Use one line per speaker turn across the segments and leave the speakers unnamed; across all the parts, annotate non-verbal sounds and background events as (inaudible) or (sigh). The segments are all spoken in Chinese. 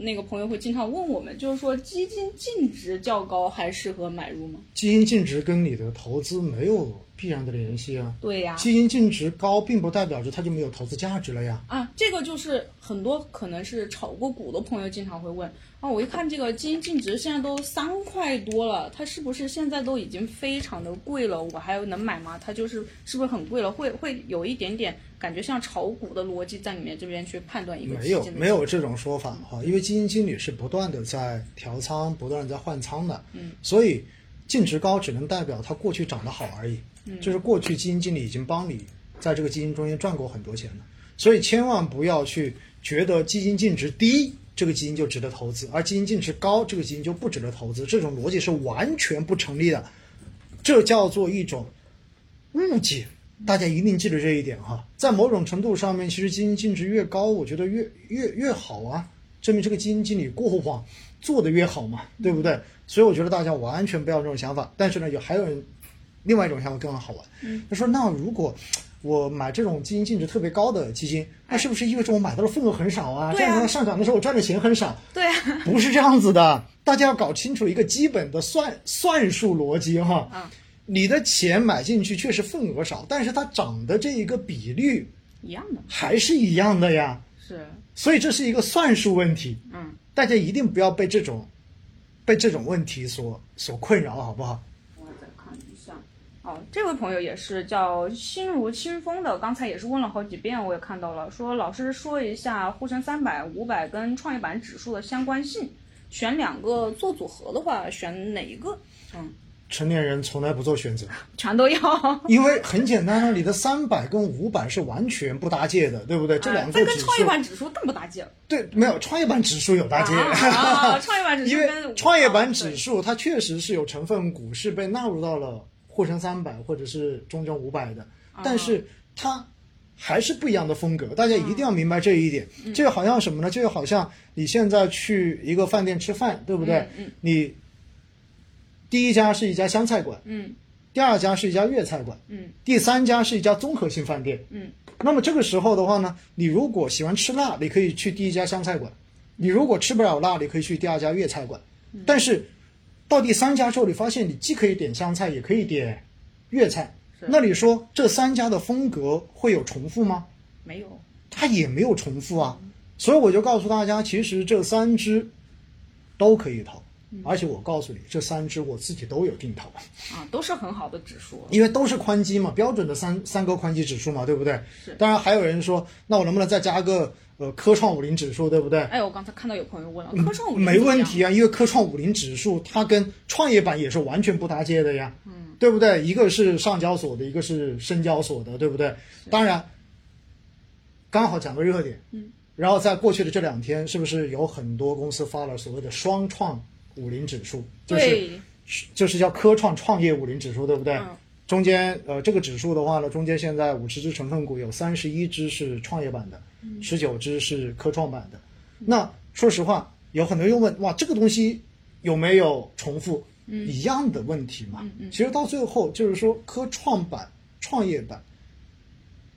那个朋友会经常问我们，就是说基金净值较高还适合买入吗？
基金净值跟你的投资没有必然的联系啊。
对呀、
基金净值高，并不代表着它就没有投资价值了呀。
啊，这个就是很多可能是炒过股的朋友经常会问啊，我一看这个基金净值现在都三块多了，它是不是现在都已经非常的贵了？我还能买吗？它就是是不是很贵了？会会有一点点感觉像炒股的逻辑在里面这边去判断一个
没有
基金的
没有这种说法哈，因为基金经理是不断的在调仓，不断地在换仓的，
嗯，
所以净值高只能代表它过去涨得好而已，嗯，就是过去基金经理已经帮你在这个基金中间赚过很多钱了，所以千万不要去觉得基金净值低。这个基金就值得投资，而基金净值高，这个基金就不值得投资，这种逻辑是完全不成立的，这叫做一种误解，大家一定记得这一点哈。在某种程度上面，其实基金净值越高，我觉得越越越好啊，证明这个基金经理过往做的越好嘛，对不对？所以我觉得大家完全不要这种想法。但是呢，有还有人另外一种想法更好玩，他说那如果。我买这种基金净值特别高的基金，那是不是意味着我买到的份额很少啊？
对
这
啊
样它上涨的时候我赚的钱很少，
对啊，
不是这样子的，大家要搞清楚一个基本的算算术逻辑哈。
啊
你的钱买进去确实份额少，但是它涨的这一个比率
一样的
还是一样的呀，
是
所以这是一个算术问题，
嗯
大家一定不要被这种被这种问题所所困扰，好不好？
我再看一下。哦，这位朋友也是叫心如清风的，刚才也是问了好几遍，我也看到了，说老师说一下沪深三百、五百跟创业板指数的相关性，选两个做组合的话，选哪一个？嗯，
成年人从来不做选择，
全都要。
因为很简单啊，你的三百跟五百是完全不搭界的，对不对？这两
(laughs) 这
个
啊跟
指
创业
数、
板指数更不搭界了。
对没有创业板指数有搭界。
啊，创业板指数
(laughs) 因为
跟
创业板指
数
数它确实是有成分股是被纳入到了沪深三百或者是中证五百的，
啊
但是它还是不一样的风格，大家一定要明白这一点。
嗯
这个好像什么呢？这个好像你现在去一个饭店吃饭，对不对？
嗯嗯
你第一家是一家湘菜馆，
嗯
第二家是一家粤菜馆，
嗯
第三家是一家综合性饭店。
嗯
那么这个时候的话呢，你如果喜欢吃辣，你可以去第一家湘菜馆；你如果吃不了辣，你可以去第二家粤菜馆。但是到第三家之后，你发现你既可以点湘菜，也可以点粤菜。
是
那你说这三家的风格会有重复吗？
没有
它也没有重复啊。所以我就告诉大家，其实这三只都可以投，而且我告诉你，这三只我自己都有定投。
啊，都是很好的指数。
因为都是宽基嘛，标准的三三个宽基指数嘛，对不对
是？
当然还有人说，那我能不能再加个呃科创五零指数，对不对？
哎，我刚才看到有朋友问了，科创五零
嗯没
怎么
问
样
题啊，因为科创五零指数它跟创业板也是完全不搭界的呀，嗯，对不对？一个是上交所的，一个是深交所的，对不对？当然，刚好讲个热点，嗯，然后在过去的这两天，是不是有很多公司发了所谓的双创五零指数？就是
对，
就是叫科创创业五零指数，对不对？
嗯
中间呃，这个指数的话呢，中间现在五十只成分股有三十一只是创业板的，十九只是科创板的。那说实话，有很多人又问，哇，这个东西有没有重复？一样的问题嘛。其实到最后就是说，科创板、创业板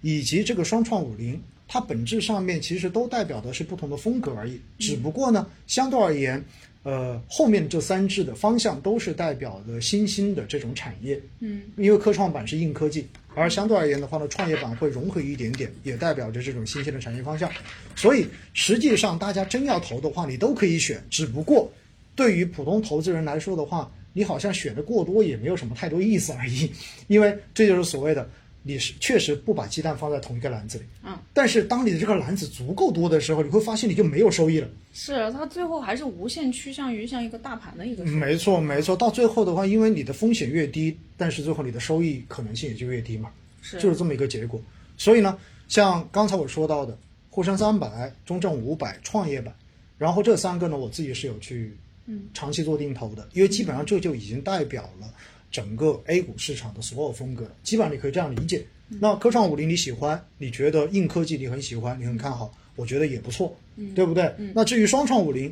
以及这个双创五零，它本质上面其实都代表的是不同的风格而已。只不过呢，相对而言，呃，后面这三只的方向都是代表的新兴的这种产业。
嗯，
因为科创板是硬科技，而相对而言的话呢，创业板会融合一点点，也代表着这种新兴的产业方向。所以实际上，大家真要投的话，你都可以选，只不过对于普通投资人来说的话，你好像选的过多也没有什么太多意思而已，因为这就是所谓的你是确实不把鸡蛋放在同一个篮子里。
嗯。
但是当你的这个篮子足够多的时候，你会发现你就没有收益了。
是它最后还是无限趋向于像一个大盘的一个。
没错，没错。到最后的话，因为你的风险越低，但是最后你的收益可能性也就越低嘛，
是
就是这么一个结果。所以呢，像刚才我说到的，沪深三百、中证五百、创业板，然后这三个呢，我自己是有去
嗯
长期做定投的，因为基本上这就已经代表了整个 A 股市场的所有风格，基本上你可以这样理解。
嗯
那科创五零你喜欢，你觉得硬科技你很喜欢，你很看好，我觉得也不错，对不
嗯
对？那至于双创五零，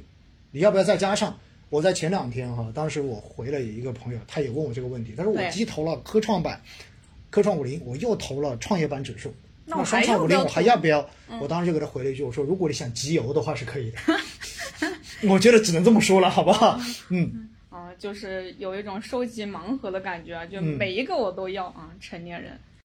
你要不要再加上？我在前两天哈、当时我回了一个朋友，他也问我这个问题，他说
对
我既投了科创板、科创五零，我又投了创业板指数，
那
那
我还
双
要嗯
创
不
五
要
零我还要不要？我当时就给他回了一句，我说如果你想集邮的话是可以的， (laughs) 我觉得只能这么说了，好不好？
嗯，啊，就是有一种收集盲盒的感觉啊，就每一个我都要啊，成年人。